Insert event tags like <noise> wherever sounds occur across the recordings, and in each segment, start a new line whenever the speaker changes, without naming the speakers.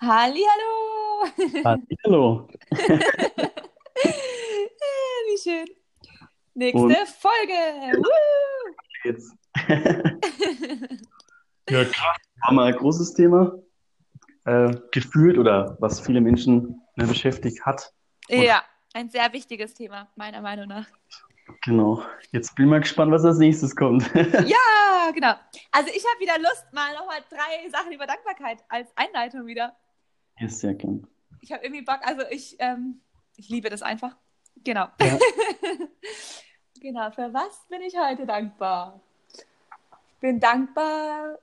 Hallihallo! <laughs>
Hallo.
Wie schön. Nächste
Und
Folge! Woo!
<laughs> jetzt
Ja, krass.
haben wir ein großes Thema äh, gefühlt oder was viele Menschen ne, beschäftigt hat. Und
Ja, ein sehr wichtiges Thema, meiner Meinung nach.
genau, jetzt bin ich mal gespannt, was als nächstes kommt. <laughs>
Ja, genau. Also ich habe wieder Lust, mal nochmal drei Sachen über Dankbarkeit als Einleitung wieder.
Ist sehr gern.
Ich habe irgendwie Bock, also ich, ähm, ich liebe das einfach. Genau.
Ja.
<laughs> Genau, für was bin ich heute dankbar? Ich bin dankbar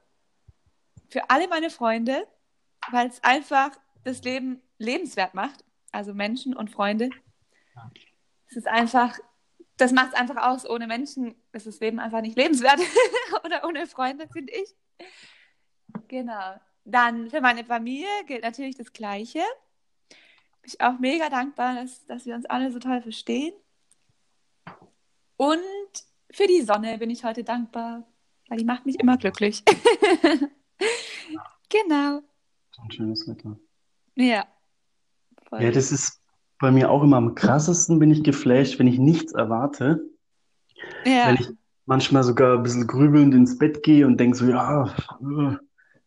für alle meine Freunde, weil es einfach das Leben lebenswert macht. Also Menschen und Freunde. Es ist einfach, das macht es einfach aus. Ohne Menschen ist das Leben einfach nicht lebenswert. <laughs> Oder ohne Freunde, finde ich. Genau. Dann für meine Familie gilt natürlich das Gleiche. Bin ich auch mega dankbar, dass, dass wir uns alle so toll verstehen. Und für die Sonne bin ich heute dankbar, weil die macht mich immer glücklich. <laughs> Genau.
So ein schönes Wetter.
Ja,
Ja,
voll.
das ist bei mir auch immer am krassesten, bin ich geflasht, wenn ich nichts erwarte. Wenn
Ja,
ich manchmal sogar ein bisschen grübelnd ins Bett gehe und denke so, ja, äh,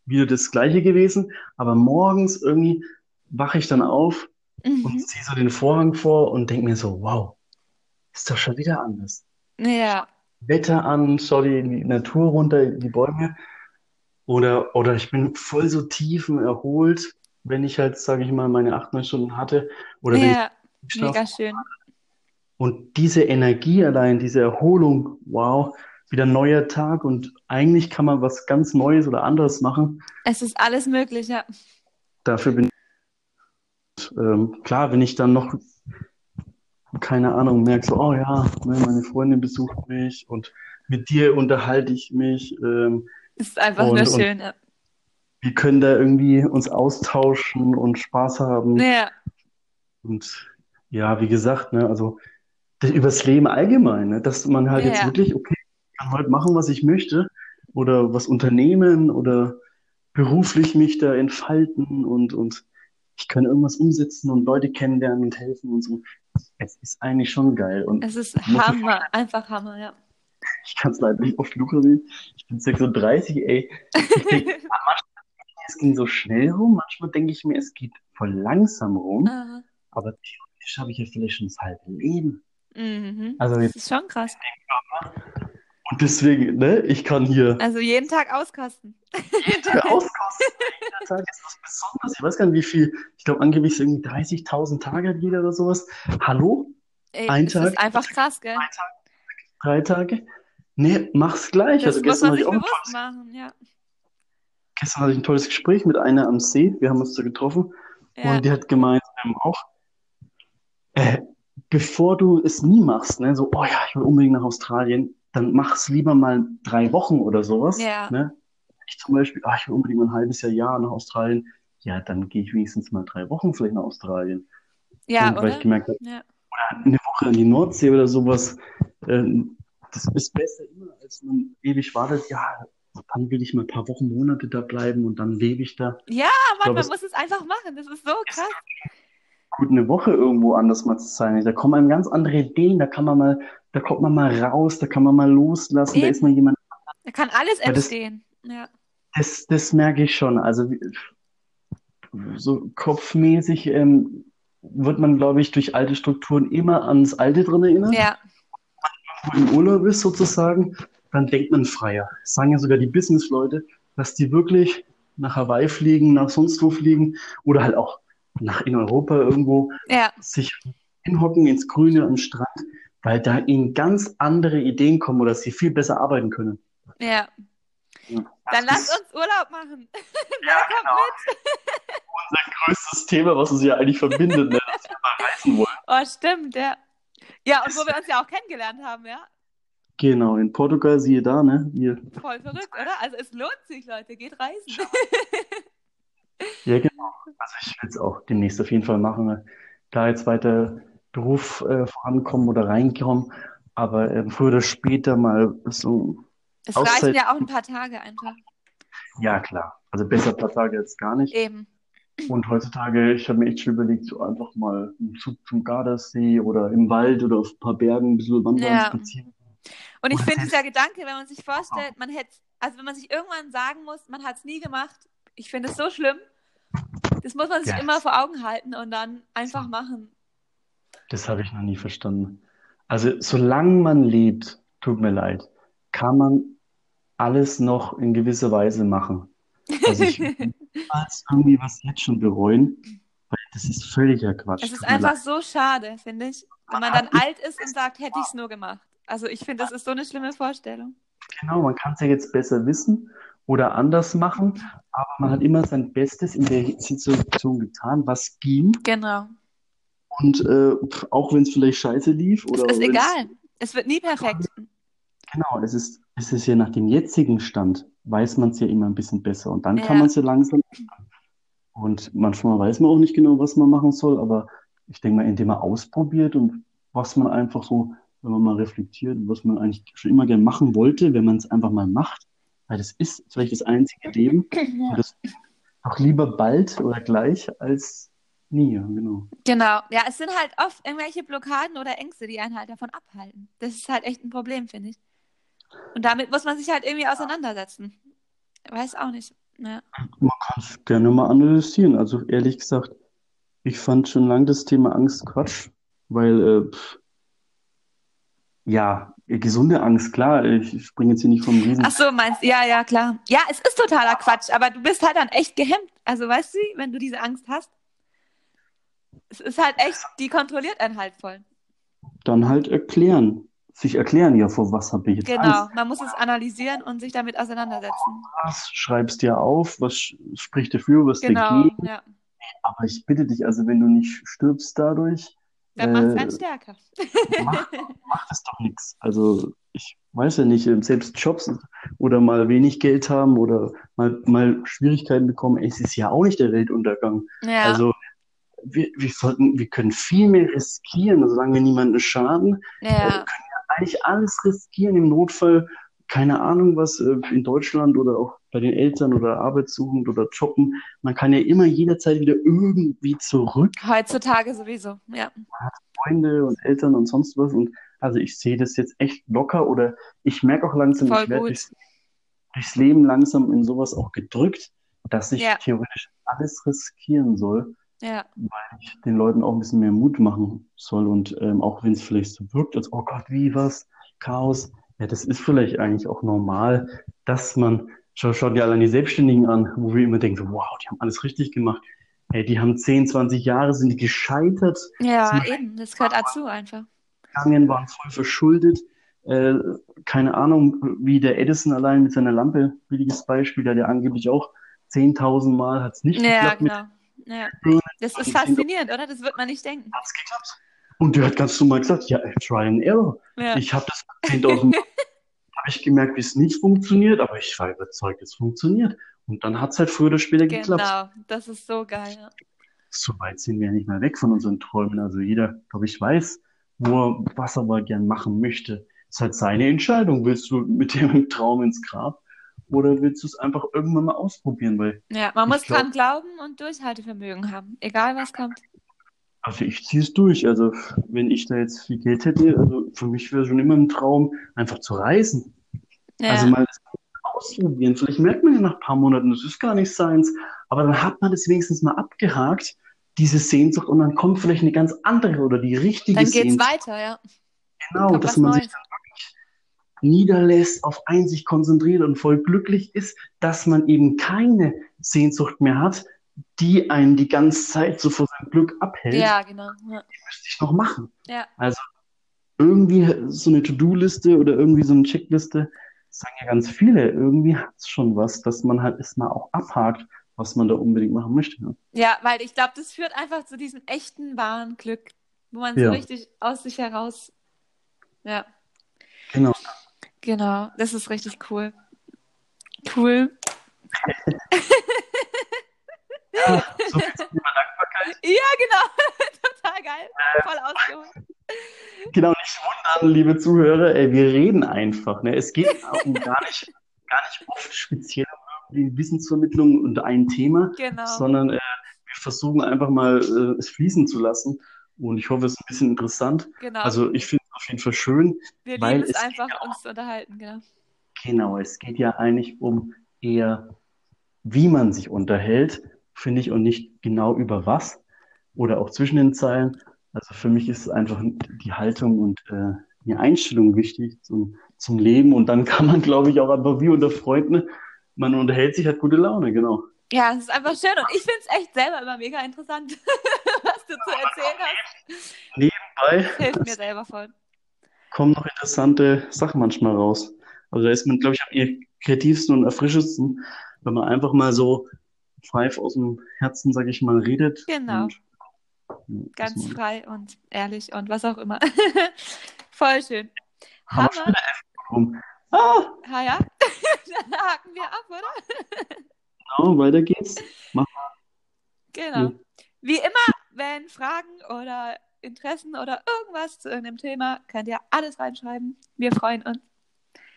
wieder das Gleiche gewesen. Aber morgens irgendwie wache ich dann auf. und
mhm.
ziehe so den Vorhang vor und denke mir so, wow, ist doch schon wieder anders.
Ja,
Wetter an, schau die, die Natur runter, die Bäume. Oder, oder ich bin voll so tiefen erholt, wenn ich halt, sage ich mal, meine acht, neun Stunden hatte. Oder wenn ich
ja,
schlafe.
mega schön.
Und diese Energie allein, diese Erholung, wow, wieder neuer Tag und eigentlich kann man was ganz Neues oder anderes machen.
Es ist alles möglich, ja.
Dafür bin ich, ähm, klar, wenn ich dann noch, keine Ahnung, merke so, oh ja, ne, meine Freundin besucht mich und mit dir unterhalte ich mich ähm,
Es ist einfach nur
und, und
schön, ja.
wir können da irgendwie uns austauschen und Spaß haben.
Ja,
Und ja, wie gesagt, ne, also das, übers Leben allgemein, ne, dass man halt jetzt
ja,
wirklich, okay, ich kann heute machen, was ich möchte oder was unternehmen oder beruflich mich da entfalten und, und ich kann irgendwas umsetzen und Leute kennenlernen und helfen und so. Es ist eigentlich schon geil und
es ist
muss ich
Hammer, einfach Hammer, ja.
Ich kann es leider nicht oft genug erwähnen. Ich bin 36, ey. Ich denke, es ging so schnell rum. Manchmal denke ich mir, es geht voll langsam
<laughs>
rum.
Aha.
Aber theoretisch habe ich ja vielleicht schon das halbe Leben.
Mhm.
Also
Das
jetzt.
ist schon krass.
Und deswegen, ne, ich kann hier
Also jeden Tag auskosten.
jeden Tag <laughs> auskosten. Jeder Tag ist was Besonderes. Ich weiß gar nicht, wie viel. Ich glaube, angeblich sind irgendwie 30.000 Tage wieder oder sowas. Hallo?
Ey,
Ein
es ist
Tag,
einfach krass, gell?
zwei Tage, drei Tage? Ne, mach's gleich.
Das
Also
muss
gestern
man
hatte ich
sich
auch ein
bewusst
tolles,
machen, ja.
gestern hatte ich ein tolles Gespräch mit einer am See. Wir haben uns da getroffen.
Ja,
Und die hat gemeint, ähm, auch äh, bevor du es nie machst, ne, so, oh ja, ich will unbedingt nach Australien, dann mach's lieber mal drei Wochen oder sowas,
ja,
ne? Ich zum Beispiel, ah, ich will unbedingt mal ein halbes Jahr, Jahr nach Australien. Ja, dann gehe ich wenigstens mal drei Wochen vielleicht nach Australien.
ja,
Und weil ich
oder? Ah,
gemerkt habe,
Ja,
eine Woche an die Nordsee oder sowas, ähm, das ist besser immer, als man ewig wartet, ja, dann will ich mal ein paar Wochen, Monate da bleiben und dann lebe ich da.
ja,
Ich
Mann,
glaube,
man
es
muss es einfach machen. Das ist so
ist
krass.
gut, eine Woche irgendwo anders mal zu sein. Da kommen einem ganz andere Ideen, da kann man mal, da kommt man mal raus, da kann man mal loslassen, da ist mal
Eben.
jemand.
Da kann alles
Weil das,
entstehen. Ja,
das, das merke ich schon. Also wie- so kopfmäßig ähm, wird man, glaube ich, durch alte Strukturen immer ans Alte dran erinnert.
ja,
Wenn man im Urlaub ist sozusagen, dann denkt man freier. Das sagen ja sogar die Businessleute, dass die wirklich nach Hawaii fliegen, nach sonst wo fliegen oder halt auch nach in Europa irgendwo.
ja,
sich hinhocken ins Grüne am Strand, weil da ihnen ganz andere Ideen kommen oder sie viel besser arbeiten können.
ja.
Ja,
Dann
Das
lasst
ist
uns Urlaub machen. <laughs>
ja
Wer kommt
genau
mit?
unser größtes Thema, was uns ja
<laughs>
eigentlich verbindet, ne? dass wir mal reisen wollen.
Oh, stimmt, ja. Ja, und wo
Ist,
wir uns ja auch kennengelernt haben, ja.
genau, in Portugal, siehe da, ne? Hier.
Voll verrückt, oder? Also es lohnt sich, Leute. Geht reisen.
Ja, genau. Also ich will es auch demnächst auf jeden Fall machen. Ne? Da jetzt weiter Beruf äh, vorankommen oder reinkommen, aber ähm, früher oder später mal so
Es reichen
Auszeit.
ja auch ein paar Tage einfach.
Ja, klar. Also besser ein paar Tage jetzt gar nicht.
Eben.
Und heutzutage, ich habe mir echt schon überlegt, so einfach mal einen Zug zum Gardasee oder im Wald oder auf ein paar Bergen ein bisschen wandern,
Ja.
spazieren.
Und ich
Oder Genau.
finde
selbst-
dieser Gedanke, wenn man sich vorstellt, man hätte, also wenn man sich irgendwann sagen muss, man hat es nie gemacht, ich finde es so schlimm. Das muss man sich
Ja. Genau.
immer vor Augen halten und dann einfach machen.
Das habe ich noch nie verstanden. Also, solange man lebt, tut mir leid, kann man alles noch in gewisser Weise machen.
<laughs>
Also ich würde niemals irgendwie was jetzt schon bereuen, weil das ist völliger Quatsch.
es ist
Tut mir
einfach
leid.
so schade, finde ich, wenn man
hat
dann alt ist und sagt, hätte ich es nur gemacht. Also ich finde, das ist so eine schlimme Vorstellung.
Genau, man kann es ja jetzt besser wissen oder anders machen, aber man hat immer sein Bestes in der Situation getan, was ging.
Genau.
Und äh, pf, auch wenn es vielleicht scheiße lief
Es
oder
ist
wenn's-
egal. Es wird nie perfekt.
Genau, es ist, es ist ja nach dem jetzigen Stand, weiß man es ja immer ein bisschen besser. Und dann
Ja.
kann man es ja langsam. Und manchmal weiß man auch nicht genau, was man machen soll, aber ich denke mal, indem man ausprobiert und was man einfach so, wenn man mal reflektiert, was man eigentlich schon immer gern machen wollte, wenn man es einfach mal macht, weil das ist vielleicht das einzige Leben. Und das auch lieber bald oder gleich als nie, ja, genau.
Genau. Ja, es sind halt oft irgendwelche Blockaden oder Ängste, die einen halt davon abhalten. Das ist halt echt ein Problem, finde ich. Und damit muss man sich halt irgendwie auseinandersetzen. Weiß auch nicht. Ja.
Man kann es gerne mal analysieren. Also ehrlich gesagt, ich fand schon lange das Thema Angst Quatsch, weil äh, pff, ja, äh, gesunde Angst, klar, ich springe jetzt hier nicht vom Riesen.
Ach so, meinst Ja, ja, klar. Ja, es ist totaler Quatsch, aber du bist halt dann echt gehemmt. Also weißt du, wenn du diese Angst hast, es ist halt echt, die kontrolliert einen halt voll.
Dann halt erklären. Sich erklären, ja, vor was habe ich jetzt
Genau.
Angst?
Man muss es analysieren und sich damit auseinandersetzen.
Was schreibst dir auf? Was sch- spricht dafür, was
Genau.
dagegen?
Ja.
Aber ich bitte dich, also wenn du nicht stirbst
<laughs>
dadurch,
Dann macht es
äh,
einen
<laughs>
stärker. <laughs>
mach, mach das doch nichts. Also ich weiß ja nicht, ähm, selbst Jobs oder mal wenig Geld haben oder mal, mal Schwierigkeiten bekommen, es ist ja auch nicht der Weltuntergang.
Ja.
Also wir, wir sollten, wir können viel mehr riskieren, also solange wir niemanden schaden. Wir
ja.
können ja eigentlich alles riskieren im Notfall. Keine Ahnung, was äh, in Deutschland oder auch bei den Eltern oder Arbeitssuchend oder Jobben. Man kann ja immer jederzeit wieder irgendwie zurück.
Heutzutage sowieso. Ja.
Freunde und Eltern und sonst was. Und also ich sehe das jetzt echt locker oder ich merke auch langsam,
Voll
ich werde
gut.
durchs, durchs Leben langsam in sowas auch gedrückt, dass ich
Ja.
theoretisch alles riskieren soll,
Ja.
ich den Leuten auch ein bisschen mehr Mut machen soll. Und ähm, auch wenn es vielleicht so wirkt, als oh Gott, wie was, Chaos, ja, das ist vielleicht eigentlich auch normal, dass man, schau, schaut dir allein die Selbstständigen an, wo wir immer denken, wow, die haben alles richtig gemacht. Ey, die haben 10, 20 Jahre, sind die gescheitert,
Ja,
macht-
eben. Das gehört dazu einfach.
gegangen, waren voll verschuldet. Äh, keine Ahnung, wie der Edison allein mit seiner Lampe, billiges Beispiel, der hat ja angeblich auch 10.000 Mal hat es nicht
Ja,
geklappt, mit
genau. Ja.
Birnen
Das ist
Ich denk-
faszinierend, oder? Das wird man nicht denken.
hat es geklappt. Und der hat ganz normal gesagt, ja, try and error.
Ja.
Ich habe das
<laughs>
10.000 Mal hab ich gemerkt, wie es nicht funktioniert, aber ich war überzeugt, es funktioniert. Und dann hat es halt früher oder später geklappt.
Genau. Das ist so geil. Ja.
So weit sind wir ja nicht mehr weg von unseren Träumen. Also jeder, glaube ich, weiß, wo er, was er mal gern machen möchte. Es ist halt seine Entscheidung. Willst du mit dem <laughs> Traum ins Grab oder willst du es einfach irgendwann mal ausprobieren? Weil,
Ja, man
Ich
muss dran glauben und Durchhaltevermögen haben. Egal was kommt.
also ich ziehe es durch. Also wenn ich da jetzt viel Geld hätte, also für mich wäre schon immer ein Traum, einfach zu reisen.
Ja.
Also mal das ausprobieren. Vielleicht merkt man ja nach ein paar Monaten, das ist gar nicht seins. Aber dann hat man das wenigstens mal abgehakt, diese Sehnsucht, und dann kommt vielleicht eine ganz andere oder die richtige
Dann geht's
Sehnsucht.
weiter, ja.
Genau,
Kommt
dass
was
man sich
Neues.
dann wirklich niederlässt, auf einen sich konzentriert und voll glücklich ist, dass man eben keine Sehnsucht mehr hat, die einen die ganze Zeit so vor seinem Glück abhält,
Ja, genau. Ja.
müsste ich noch machen.
Ja.
Also irgendwie so eine To-Do-Liste oder irgendwie so eine Checkliste, das sagen ja ganz viele, irgendwie hat es schon was, dass man halt erstmal auch abhakt, was man da unbedingt machen möchte.
<laughs>
ne?
Ja, weil ich glaube, das führt einfach zu diesem echten, wahren Glück, wo man
Ja.
so richtig aus sich heraus. Ja,
Genau.
genau. Das ist richtig cool. Cool.
So viel zum Thema Dankbarkeit.
Ja, genau. <laughs> Total geil. Voll ausgeholt.
Genau, nicht wundern, liebe Zuhörer, ey, wir reden einfach. Ne? Es geht <laughs> um gar nicht, gar nicht oft speziell um irgendwie Wissensvermittlung und ein Thema,
Genau.
sondern äh, versuchen einfach mal äh, es fließen zu lassen. Und ich hoffe, es ist ein bisschen interessant.
Genau.
Also ich finde es auf jeden Fall schön.
wir
weil
lieben es
es geht
einfach,
ja auch-
uns zu unterhalten. Genau.
Genau, es geht ja eigentlich um eher, wie man sich unterhält, finde ich, und nicht genau über was oder auch zwischen den Zeilen. Also für mich ist einfach die Haltung und äh, die Einstellung wichtig zum, zum Leben. Und dann kann man, glaube ich, auch einfach wie unter Freunden, man unterhält sich, hat gute Laune, genau.
Ja, es ist einfach schön und ich finde es echt selber immer mega interessant, <laughs> was du zu erzählen hast.
Bei
Hilft mir selber voll.
kommen noch interessante Sachen manchmal raus. Also da ist man, glaube ich, am eher kreativsten und erfrischendsten, wenn man einfach mal so frei aus dem Herzen, sage ich mal, redet.
Genau.
Und, ja, dass
Ganz
man-
frei und ehrlich und was auch immer. <laughs> voll schön.
Haben wir
Hammer.
Rum. Ah,
Ha, ja. <laughs> Dann haken wir ab, oder?
genau, weiter geht's.
Genau.
Ja.
Wie immer, wenn Fragen oder Interessen oder irgendwas zu irgendeinem Thema, könnt ihr alles reinschreiben. Wir freuen uns.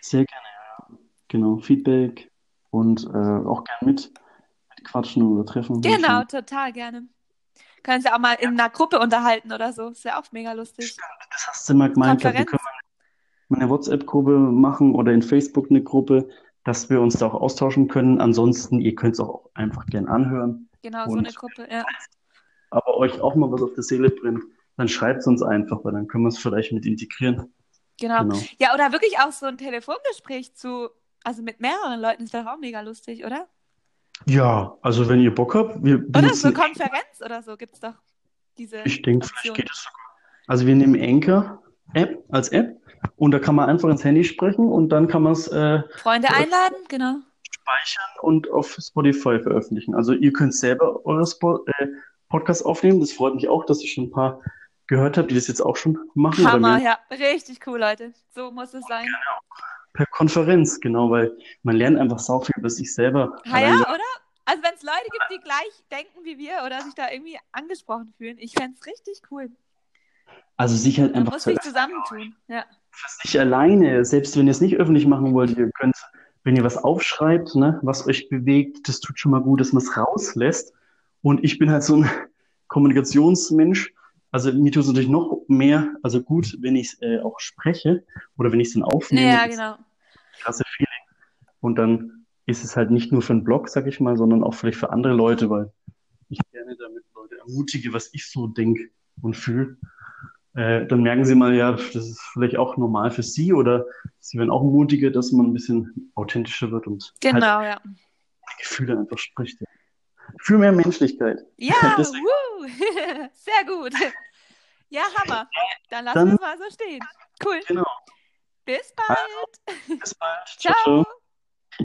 Sehr gerne. ja. Genau, Feedback und äh, auch gern mit, mit quatschen oder treffen.
Genau, total gerne. Können Sie auch mal in einer Gruppe unterhalten oder so. Ist ja auch mega lustig.
Das hast du mal gemeint, glaub, wir
Konferenz.
können mal eine WhatsApp-Gruppe machen oder in Facebook eine Gruppe, dass wir uns da auch austauschen können. Ansonsten, ihr könnt es auch einfach gern anhören.
Genau, so
Und-
eine Gruppe. Ja.
Aber euch auch mal was auf der Seele brennt, dann schreibt es uns einfach, weil dann können wir es vielleicht mit integrieren.
Genau.
Genau.
Ja, oder wirklich auch so ein Telefongespräch zu, also mit mehreren Leuten, ist doch auch mega lustig, oder?
Ja, also wenn ihr Bock habt, wir
Oder so
benutzen,
eine Konferenz oder so gibt's doch diese.
ich denke,
Option.
vielleicht geht es sogar. Also wir nehmen Anchor App als App und da kann man einfach ins Handy sprechen und dann kann man es äh,
Freunde einladen, genau.
speichern und auf Spotify veröffentlichen. Also ihr könnt selber eure Spo äh, Podcasts aufnehmen. Das freut mich auch, dass ich schon ein paar gehört habe, die das jetzt auch schon machen. oder
Hammer,
mehr
ja. Richtig cool, Leute. So muss es sein.
Per Konferenz, genau, weil man lernt einfach sau viel über sich selber.
Ah Ja,
Allein
ja, oder? Also wenn es Leute gibt, die gleich denken wie wir oder sich da irgendwie angesprochen fühlen, ich fänd's richtig cool.
Also sich halt
Man
einfach
muss
zu
sich zusammentun. Ja,
sich alleine, selbst wenn ihr es nicht öffentlich machen wollt, ihr könnt, wenn ihr was aufschreibt, ne, was euch bewegt, das tut schon mal gut, dass man es rauslässt. Und ich bin halt so ein <laughs> Kommunikationsmensch. Also mir tut es natürlich noch mehr, also gut, wenn ich es äh, auch spreche oder wenn ich es dann aufnehme.
ja
Das ist
genau.
ein Krasse Feeling. Und dann ist es halt nicht nur für einen Blog, sag ich mal, sondern auch vielleicht für andere Leute, weil ich gerne damit Leute ermutige, was ich so denke und fühle. Äh, dann merken sie mal, ja, das ist vielleicht auch normal für sie oder sie werden auch mutiger, dass man ein bisschen authentischer wird und halt
Genau, ja.
die Gefühle einfach spricht. ja. Für mehr Menschlichkeit.
Ja,
Deswegen-
wuhu. <laughs> sehr gut. Ja, Hammer. Dann lassen
Dann-
wir es mal so stehen. Cool.
Genau.
Bis bald.
Bis bald.
Ciao.
ciao.